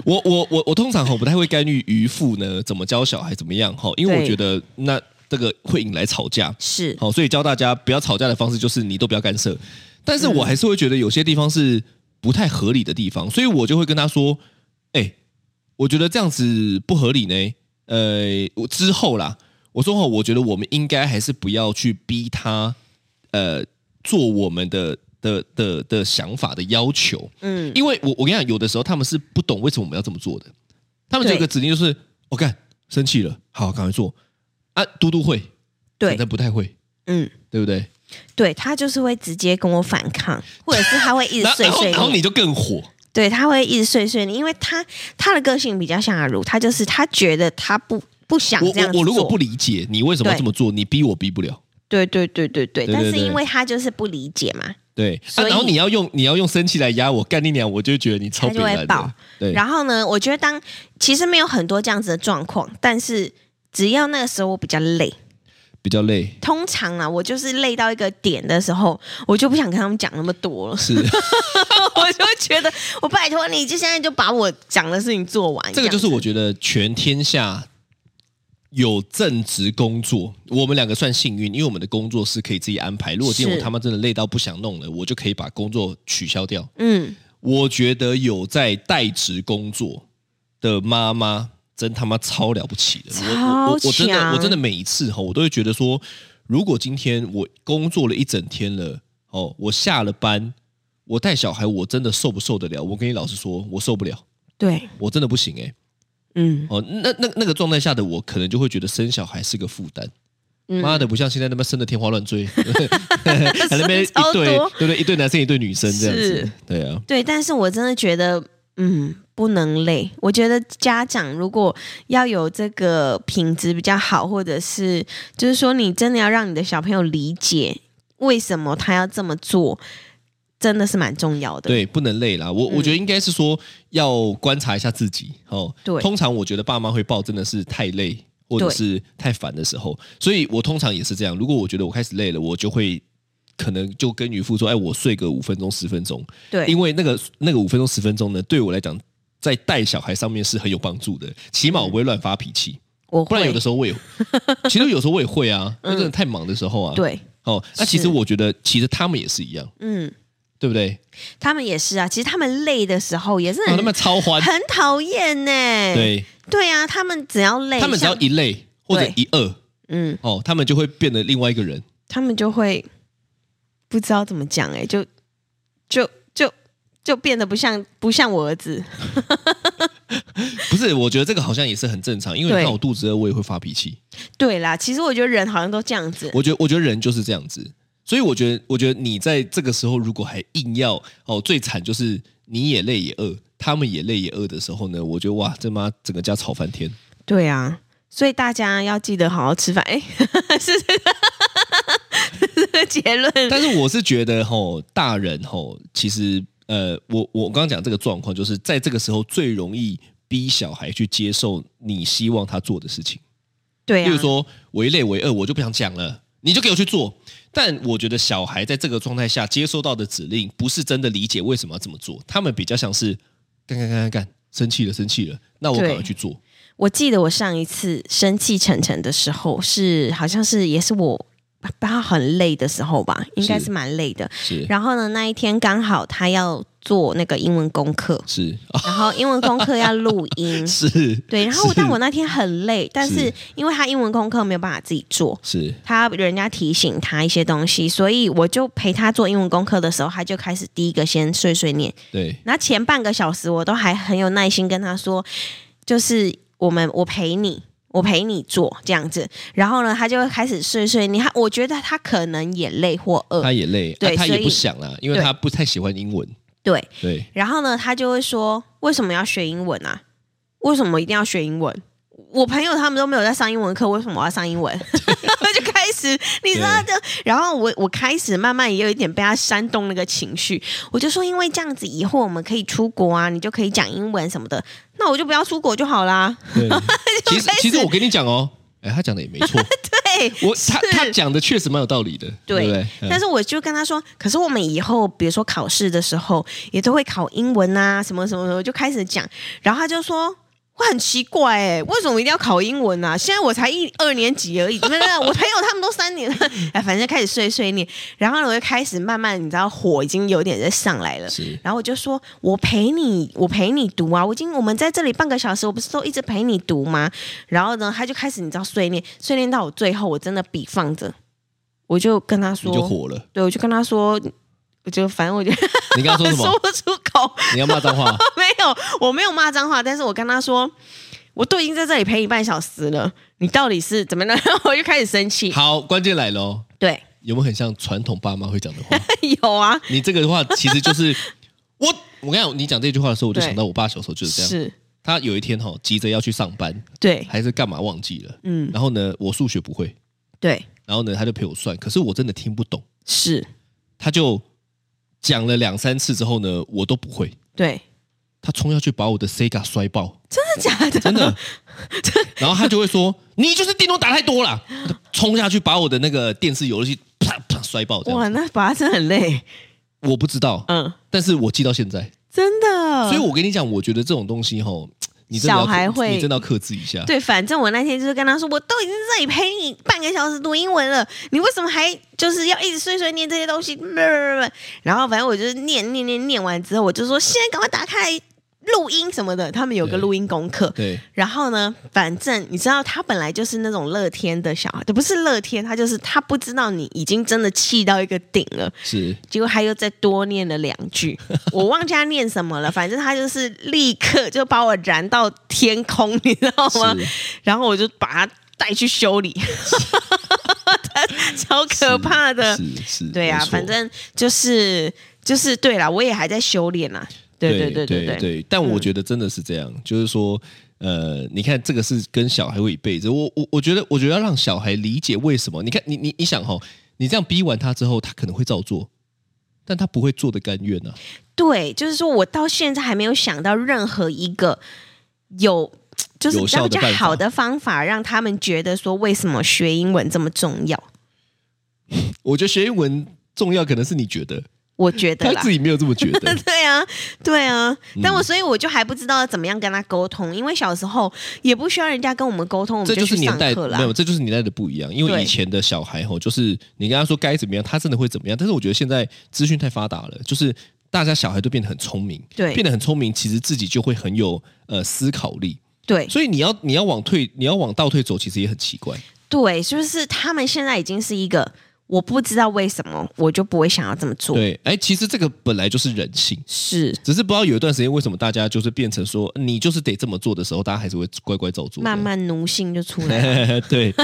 Speaker 3: 我我我我通常吼不太会干预渔父呢怎么教小孩怎么样哈，因为我
Speaker 2: 对
Speaker 3: 觉得那这个会引来吵架。
Speaker 2: 是
Speaker 3: 好，所以教大家不要吵架的方式就是你都不要干涉。但是
Speaker 2: 嗯
Speaker 3: 我还是会觉得有些地方是不太合理的地方，所以我就会跟他说：“哎、我觉得这样子不合理呢。”呃，我之后啦，我说哦，我觉得我们应该还是不要去逼他，呃，做我们的的的的想法的要求，
Speaker 2: 嗯，
Speaker 3: 因为我我跟你讲，有的时候他们是不懂为什么我们要这么做的，他们只有一个指令就是：我、干生气了，好，赶快做啊！嘟嘟会，
Speaker 2: 对
Speaker 3: 可能不太会，
Speaker 2: 嗯，
Speaker 3: 对不对？
Speaker 2: 对他就是会直接跟我反抗，或者是他会一直
Speaker 3: 然
Speaker 2: 碎
Speaker 3: 然后
Speaker 2: 碎
Speaker 3: 然后
Speaker 2: 念
Speaker 3: 你。就更火，
Speaker 2: 对，他会一直碎碎念，因为他他的个性比较像阿如，他就是他觉得他不不想
Speaker 3: 我
Speaker 2: 这样
Speaker 3: 我
Speaker 2: 子
Speaker 3: 我如果
Speaker 2: 做
Speaker 3: 不理解你为什么要这么做，你逼我逼不了，
Speaker 2: 对对对对对，
Speaker 3: 对
Speaker 2: 但
Speaker 3: 对
Speaker 2: 是
Speaker 3: 对
Speaker 2: 因为他就是不理解嘛，
Speaker 3: 对。啊
Speaker 2: 所以
Speaker 3: 然后你要用你要用生气来压我，干你娘，我就会觉得你超
Speaker 2: 他就会
Speaker 3: 北蓝
Speaker 2: 爆
Speaker 3: 的，对。
Speaker 2: 然后呢，我觉得当其实没有很多这样子的状况，但是只要那个时候我比较累，
Speaker 3: 比较累，
Speaker 2: 通常啊，我就是累到一个点的时候，我就不想跟他们讲那么多了，
Speaker 3: 是
Speaker 2: 我就会觉得我拜托你，就现在就把我讲的事情做完。
Speaker 3: 这个就是
Speaker 2: 样子
Speaker 3: 我觉得全天下有正职工作，我们两个算幸运，因为我们的工作是可以自己安排。如果今天
Speaker 2: 是
Speaker 3: 我他妈真的累到不想弄了，我就可以把工作取消掉。
Speaker 2: 嗯，
Speaker 3: 我觉得有在代职工作的妈妈，真他妈超了不起的。我我我我
Speaker 2: 嗯超
Speaker 3: 真
Speaker 2: 强
Speaker 3: 的我真的每一次哦哈，我都会觉得说，如果今天我工作了一整天了，哦，我下了班，我带小孩，我真的受不受得了？我跟你老实说，我受不了，
Speaker 2: 对，
Speaker 3: 我真的不行哎、
Speaker 2: 嗯
Speaker 3: 哦，那那那个状态下的我，可能就会觉得生小孩是个负担。
Speaker 2: 嗯
Speaker 3: 妈的，不像现在那么生的天花乱 坠，还那边一
Speaker 2: 超
Speaker 3: 对
Speaker 2: 多
Speaker 3: 对不对？一对男生一对女生这样
Speaker 2: 是
Speaker 3: 子，对啊，
Speaker 2: 对，但是我真的觉得，嗯，不能累。我觉得家长如果要有这个品质比较好，或者是就是说，你真的要让你的小朋友理解为什么他要这么做，真的是蛮重要的。
Speaker 3: 对，不能累啦。我、我觉得应该是说要观察一下自己哦。
Speaker 2: 嗯对
Speaker 3: 通常我觉得爸妈会抱真的是太累或者
Speaker 2: 对
Speaker 3: 是太烦的时候，所以我通常也是这样。如果我觉得我开始累了，我就会。可能就跟渔夫说：“哎，我睡个五分钟、十分钟，
Speaker 2: 对
Speaker 3: 因为那个那个五分钟、十分钟呢，对我来讲，在带小孩上面是很有帮助的。起码我不会乱发脾气，
Speaker 2: 我
Speaker 3: 不
Speaker 2: 嗯
Speaker 3: 然
Speaker 2: 会嗯
Speaker 3: 有的时候 我也，其实有时候我也会啊，因为真的太忙的时候啊。，
Speaker 2: 对，
Speaker 3: 哦，那其
Speaker 2: 是
Speaker 3: 实我觉得，其实他们也是一样，
Speaker 2: 嗯，
Speaker 3: 对不对？
Speaker 2: 他们也是啊。其实他们累的时候也是
Speaker 3: 啊，
Speaker 2: 很、
Speaker 3: 他们超欢，
Speaker 2: 很讨厌呢、，
Speaker 3: 对，
Speaker 2: 对啊，他们只要累，
Speaker 3: 他们只要
Speaker 2: 像
Speaker 3: 一累或者
Speaker 2: 对
Speaker 3: 一饿，
Speaker 2: 嗯，
Speaker 3: 哦，他们就会变得另外一个人。
Speaker 2: 他们就会不知道怎么讲，哎，就就就就变得不像不像我儿子，
Speaker 3: 不是，我觉得这个好像也是很正常，因为
Speaker 2: 对
Speaker 3: 你看我肚子饿，我也会发脾气。
Speaker 2: 对啦，其实我觉得人好像都这样子，
Speaker 3: 我觉得，我觉得人就是这样子。所以我觉得，我觉得你在这个时候如果还硬要哦，最惨就是你也累也饿，他们也累也饿的时候呢，我觉得哇，这妈整个家吵翻天。
Speaker 2: 对啊，所以大家要记得好好吃饭，哎， 是这个 是这个结论，
Speaker 3: 但是我是觉得吼，大人吼，其实呃，我我刚刚讲这个状况，就是在这个时候最容易逼小孩去接受你希望他做的事情。
Speaker 2: 对
Speaker 3: 例如
Speaker 2: 啊，
Speaker 3: 说我一累我一饿，我就不想讲了，你就给我去做。但我觉得小孩在这个状态下接收到的指令，不是真的理解为什么要这么做，他们比较像是干干干干干，生气了生气了，那我
Speaker 2: 对
Speaker 3: 赶快去做。
Speaker 2: 我记得我上一次生气晨晨的时候是好像是也是我。他很累的时候吧，应该
Speaker 3: 是
Speaker 2: 是蛮累的。
Speaker 3: 是
Speaker 2: 然后呢，那一天刚好他要做那个英文功 课，
Speaker 3: 是啊
Speaker 2: 然后英文功课要录音，
Speaker 3: 是，
Speaker 2: 对，然后我
Speaker 3: 是
Speaker 2: 但我那天很累，但是
Speaker 3: 是
Speaker 2: 因为他英文功课没有办法自己做，
Speaker 3: 是
Speaker 2: 他人家提醒他一些东西，所以我就陪他做英文功课的时候，他就开始第一个先碎碎念。
Speaker 3: 对
Speaker 2: 那前半个小时我都还很有耐心跟他说，就是我们我陪你。我陪你做这样子，然后呢，他就会开始碎碎念。他我觉得他可能也累或饿
Speaker 3: 他，也累，
Speaker 2: 对
Speaker 3: 啊他
Speaker 2: 所
Speaker 3: 也
Speaker 2: 以
Speaker 3: 不想啦，因为
Speaker 2: 对
Speaker 3: 他不太喜欢英文。
Speaker 2: 对，
Speaker 3: 对，
Speaker 2: 然后呢，他就会说：“为什么要学英文啊？为什么一定要学英文？我朋友他们都没有在上英文课，为什么我要上英文？” 就开始，你知道就，然后我我开始慢慢也有一点被他煽动那个情绪，我就说，因为这样子以后我们可以出国啊，你就可以讲英文什么的，那我就不要出国就好啦。
Speaker 3: 对，其实
Speaker 2: 开始
Speaker 3: 其实我跟你讲哦，哎，他讲的也没错，
Speaker 2: 对，
Speaker 3: 我他
Speaker 2: 是
Speaker 3: 他讲的确实蛮有道理的，对
Speaker 2: 对
Speaker 3: 不对？嗯
Speaker 2: 但是我就跟他说，可是我们以后比如说考试的时候，也都会考英文啊，什么什么什么，我就开始讲，然后他就说。会很奇怪哎、为什么一定要考英文啊？现在我才一二年级而已，没有没有，我朋友他们都三年了， 哎，反正就开始碎碎念，然后呢，我就开始慢慢，你知道火已经有点在上来了，
Speaker 3: 是
Speaker 2: 然后我就说，我陪你，我陪你读啊！我已经我们在这里半个小时，我不是都一直陪你读吗？然后呢，他就开始你知道碎念，碎念到我最后，我真的笔放着，我就跟他
Speaker 3: 你就
Speaker 2: 说，
Speaker 3: 火了，
Speaker 2: 对，我就跟他说，我就反正我就
Speaker 3: 你刚刚说什
Speaker 2: 说
Speaker 3: 么？
Speaker 2: 不出口，
Speaker 3: 你要骂脏话？
Speaker 2: 没有，我没有骂脏话，但是我跟他说，我都已经在这里陪你半小时了，你到底是怎么了？ 我就开始生气，
Speaker 3: 好，关键来了哦，
Speaker 2: 对，
Speaker 3: 有没有很像传统爸妈会讲的话？
Speaker 2: 有啊，
Speaker 3: 你这个的话其实就是 我，我跟你讲，你讲这句话的时候，我就
Speaker 2: 对
Speaker 3: 想到我爸小时候就是这样。
Speaker 2: 是，
Speaker 3: 他有一天哈、急着要去上班，
Speaker 2: 对，
Speaker 3: 还是干嘛忘记了。
Speaker 2: 嗯，
Speaker 3: 然后呢，我数学不会，
Speaker 2: 对，
Speaker 3: 然后呢，他就陪我算，可是我真的听不懂，
Speaker 2: 是，
Speaker 3: 他就讲了两三次之后呢，我都不会。
Speaker 2: 对，
Speaker 3: 他冲下去把我的 Sega 摔爆，
Speaker 2: 真的假的？
Speaker 3: 真的。然后他就会说：“ 你就是电动打太多了。”他就冲下去把我的那个电视游戏啪啪摔爆，这样
Speaker 2: 哇，
Speaker 3: 子。
Speaker 2: 那把他真的很累，
Speaker 3: 我不知道，
Speaker 2: 嗯，
Speaker 3: 但是我记到现在。
Speaker 2: 真的。
Speaker 3: 所以我跟你讲，我觉得这种东西吼，你真的要
Speaker 2: 嗯小孩会
Speaker 3: 你真的要克制一 下。
Speaker 2: 对，反正我那天就是跟他说，我都已经在这里陪你半个小时读英文了，你为什么还就是要一直碎碎念这些东西？ 然后反正我就是念念念念完之后，我就说现在赶快打开来录音什么的，他们有个
Speaker 3: 对
Speaker 2: 录音功课。
Speaker 3: 对
Speaker 2: 然后呢，反正你知道，他本来就是那种乐天的小孩，不是乐天，他就是他不知道你已经真的气到一个顶了，
Speaker 3: 是
Speaker 2: 结果他又再多念了两句， 我忘记他念什么了，反正他就是立刻就把我燃到天空，你知道吗？然后我就把他带去修理， 他超可怕的。
Speaker 3: 是是是，
Speaker 2: 对啊，
Speaker 3: 没错
Speaker 2: 反正就是就是对啦，我也还在修炼啦。对对对
Speaker 3: 对
Speaker 2: 对嗯对，
Speaker 3: 但我觉得真的是这样，就是说，呃，你看这个是跟小孩会一辈子，我我我觉得，我觉得要让小孩理解为什么，你看你你你想哈、你这样逼完他之后，他可能会照做，但他不会做的甘愿啊，
Speaker 2: 对，就是说我到现在还没有想到任何一个有。就是
Speaker 3: 有
Speaker 2: 比
Speaker 3: 效
Speaker 2: 较比较
Speaker 3: 的办法
Speaker 2: 好的方法，让他们觉得说为什么学英文这么重要？
Speaker 3: 我觉得学英文重要，可能是你觉得，
Speaker 2: 我觉得
Speaker 3: 他
Speaker 2: 啦
Speaker 3: 自，己没有这么觉得，
Speaker 2: 对啊，对啊。但我
Speaker 3: 嗯
Speaker 2: 所以我就还不知道怎么样跟他沟通，因为小时候也不需要人家跟我们沟通，我
Speaker 3: 这
Speaker 2: 们
Speaker 3: 就是
Speaker 2: 去
Speaker 3: 年
Speaker 2: 上
Speaker 3: 代
Speaker 2: 课啦
Speaker 3: 没。有，这就是年代的不一样。因为
Speaker 2: 对
Speaker 3: 以前的小孩吼，就是你跟他说该怎么样，他真的会怎么样。但是我觉得现在资讯太发达了，就是大家小孩都变得很聪明，
Speaker 2: 对
Speaker 3: 变得很聪明，其实自己就会很有呃思考力。
Speaker 2: 对
Speaker 3: 所以你要你要往退，你要往倒退走，其实也很奇怪。
Speaker 2: 对，就是他们现在已经是一个我不知道为什么我就不会想要这么做，
Speaker 3: 对，哎，其实这个本来就是人性。
Speaker 2: 是
Speaker 3: 只是不知道有一段时间为什么大家就是变成说你就是得这么做的时候，大家还是会乖乖照做的。
Speaker 2: 慢慢奴性就出 来了。
Speaker 3: 对，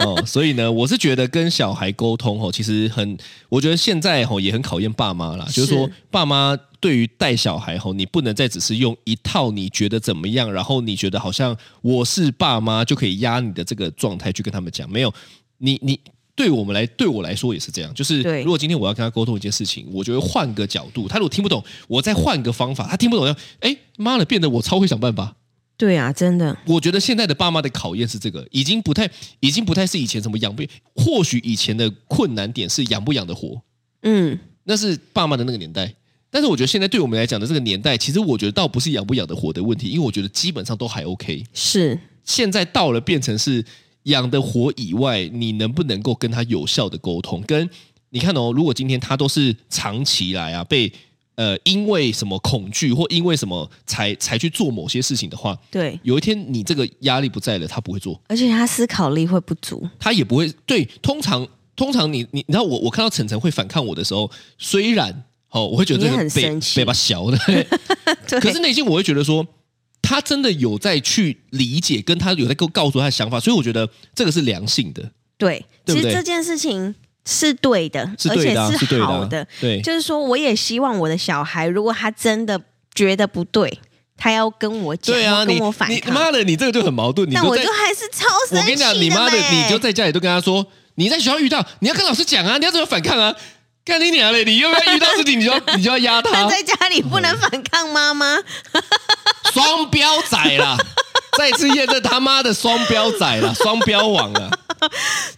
Speaker 3: 哦，所以呢，我是觉得跟小孩沟通哦，其实很，我觉得现在哦也很考验爸妈啦，就是说
Speaker 2: 是
Speaker 3: 爸妈对于带小孩哦，你不能再只是用一套你觉得怎么样，然后你觉得好像我是爸妈就可以压你的这个状态去跟他们讲，没有，你你。对我们来，对我来说也是这样。就是
Speaker 2: 对
Speaker 3: 如果今天我要跟他沟通一件事情，我就会换个角度。他如果听不懂，我再换个方法。他听不懂，要哎妈的，变得我超会想办法。
Speaker 2: 对啊，真的，
Speaker 3: 我觉得现在的爸妈的考验是这个，已经不太，已经不太是以前什么养不，或许以前的困难点是养不养得活，
Speaker 2: 嗯，
Speaker 3: 那是爸妈的那个年代。但是我觉得现在对我们来讲的这个年代，其实我觉得倒不是养不养得活的问题，因为我觉得基本上都还 OK。
Speaker 2: 是
Speaker 3: 现在到了变成是养得活以外，你能不能够跟他有效的沟通？跟你看哦，如果今天他都是长期来啊被呃因为什么恐惧或因为什么才才去做某些事情的话，
Speaker 2: 对，
Speaker 3: 有一天你这个压力不在了，他不会做，
Speaker 2: 而且他思考力会不足，
Speaker 3: 他也不会对。通常通常你你你知道我我看到晨晨会反抗我的时候，虽然哦我会觉得
Speaker 2: 你
Speaker 3: 这个
Speaker 2: 很
Speaker 3: 被
Speaker 2: 生气
Speaker 3: 被把小的，
Speaker 2: 对，
Speaker 3: 可是内心我会觉得说。他真的有在去理解，跟他有在告告诉他的想法，所以我觉得这个是良性的，
Speaker 2: 对，
Speaker 3: 对
Speaker 2: 其
Speaker 3: 不
Speaker 2: 实
Speaker 3: 对
Speaker 2: 这件事情是对的，
Speaker 3: 是对的啊、
Speaker 2: 而且
Speaker 3: 是对的
Speaker 2: 好
Speaker 3: 啊、
Speaker 2: 的，
Speaker 3: 对，
Speaker 2: 就是说，我也希望我的小孩，如果他真的觉得不对，他要跟我讲，
Speaker 3: 对啊，
Speaker 2: 或
Speaker 3: 你
Speaker 2: 跟我反
Speaker 3: 你
Speaker 2: 抗。
Speaker 3: 妈的，你这个就很矛盾。你
Speaker 2: 但
Speaker 3: 都
Speaker 2: 我
Speaker 3: 在
Speaker 2: 就还是超生气
Speaker 3: 我跟你讲，你妈的，
Speaker 2: 呗
Speaker 3: 你就在家里都跟她说，你在学校遇到，你要跟老师讲啊，你要怎么反抗啊？干你娘嘞！你要不要遇到事情，你就要你就要 压
Speaker 2: 他
Speaker 3: 他，
Speaker 2: 在家里不能反抗妈
Speaker 3: 嗯
Speaker 2: 妈，
Speaker 3: 双标仔 啦！再次验证他妈的双标仔啦，双标王 啦！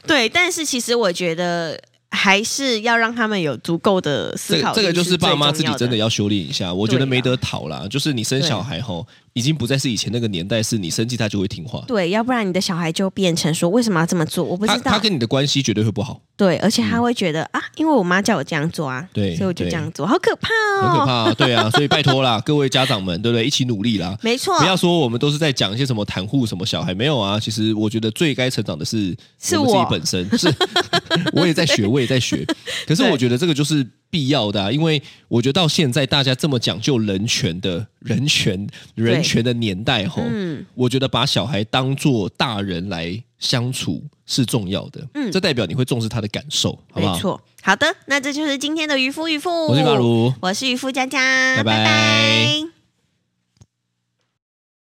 Speaker 2: 对。但是其实我觉得还是要让他们有足够的思
Speaker 3: 这
Speaker 2: 考
Speaker 3: 个
Speaker 2: 力
Speaker 3: 这个就是
Speaker 2: 最
Speaker 3: 爸妈
Speaker 2: 重
Speaker 3: 自己
Speaker 2: 要
Speaker 3: 真的
Speaker 2: 的
Speaker 3: 要修炼一下，我觉
Speaker 2: 对
Speaker 3: 得
Speaker 2: 啊
Speaker 3: 没得讨啦。就是你生小孩吼，已经不再是以前那个年代，是你生气他就会听话，
Speaker 2: 对，要不然你的小孩就变成说为什么要这么做？我不
Speaker 3: 他
Speaker 2: 知
Speaker 3: 他
Speaker 2: 道。
Speaker 3: 跟你的关系绝对会不好，
Speaker 2: 对，而且他会觉得、啊，因为我妈叫我这样做啊，
Speaker 3: 对
Speaker 2: 所以我就
Speaker 3: 对
Speaker 2: 这样做，好可怕
Speaker 3: 很
Speaker 2: 哦。
Speaker 3: 可怕、啊。对啊，所以拜托啦，各位家长们，对不对？一起努力啦！
Speaker 2: 没错，
Speaker 3: 不要说我们都是在讲一些什么袒护什么小孩，没有啊。其实我觉得最该成长的是
Speaker 2: 是
Speaker 3: 我们自己
Speaker 2: 我
Speaker 3: 本身，是 我也在学，我也 在学。可是
Speaker 2: 对
Speaker 3: 我觉得这个就是必要的、啊，因为我觉得到现在大家这么讲究人权的人权人权的年代吼，
Speaker 2: 嗯
Speaker 3: 我觉得把小孩当做大人来相处是重要的。
Speaker 2: 嗯
Speaker 3: 这代表你会重视他的感受，好不
Speaker 2: 没
Speaker 3: 好？
Speaker 2: 错，好的，那这就是今天的渔夫渔夫，
Speaker 3: 我是马如
Speaker 2: 我是渔夫佳佳，
Speaker 3: 拜拜
Speaker 2: 拜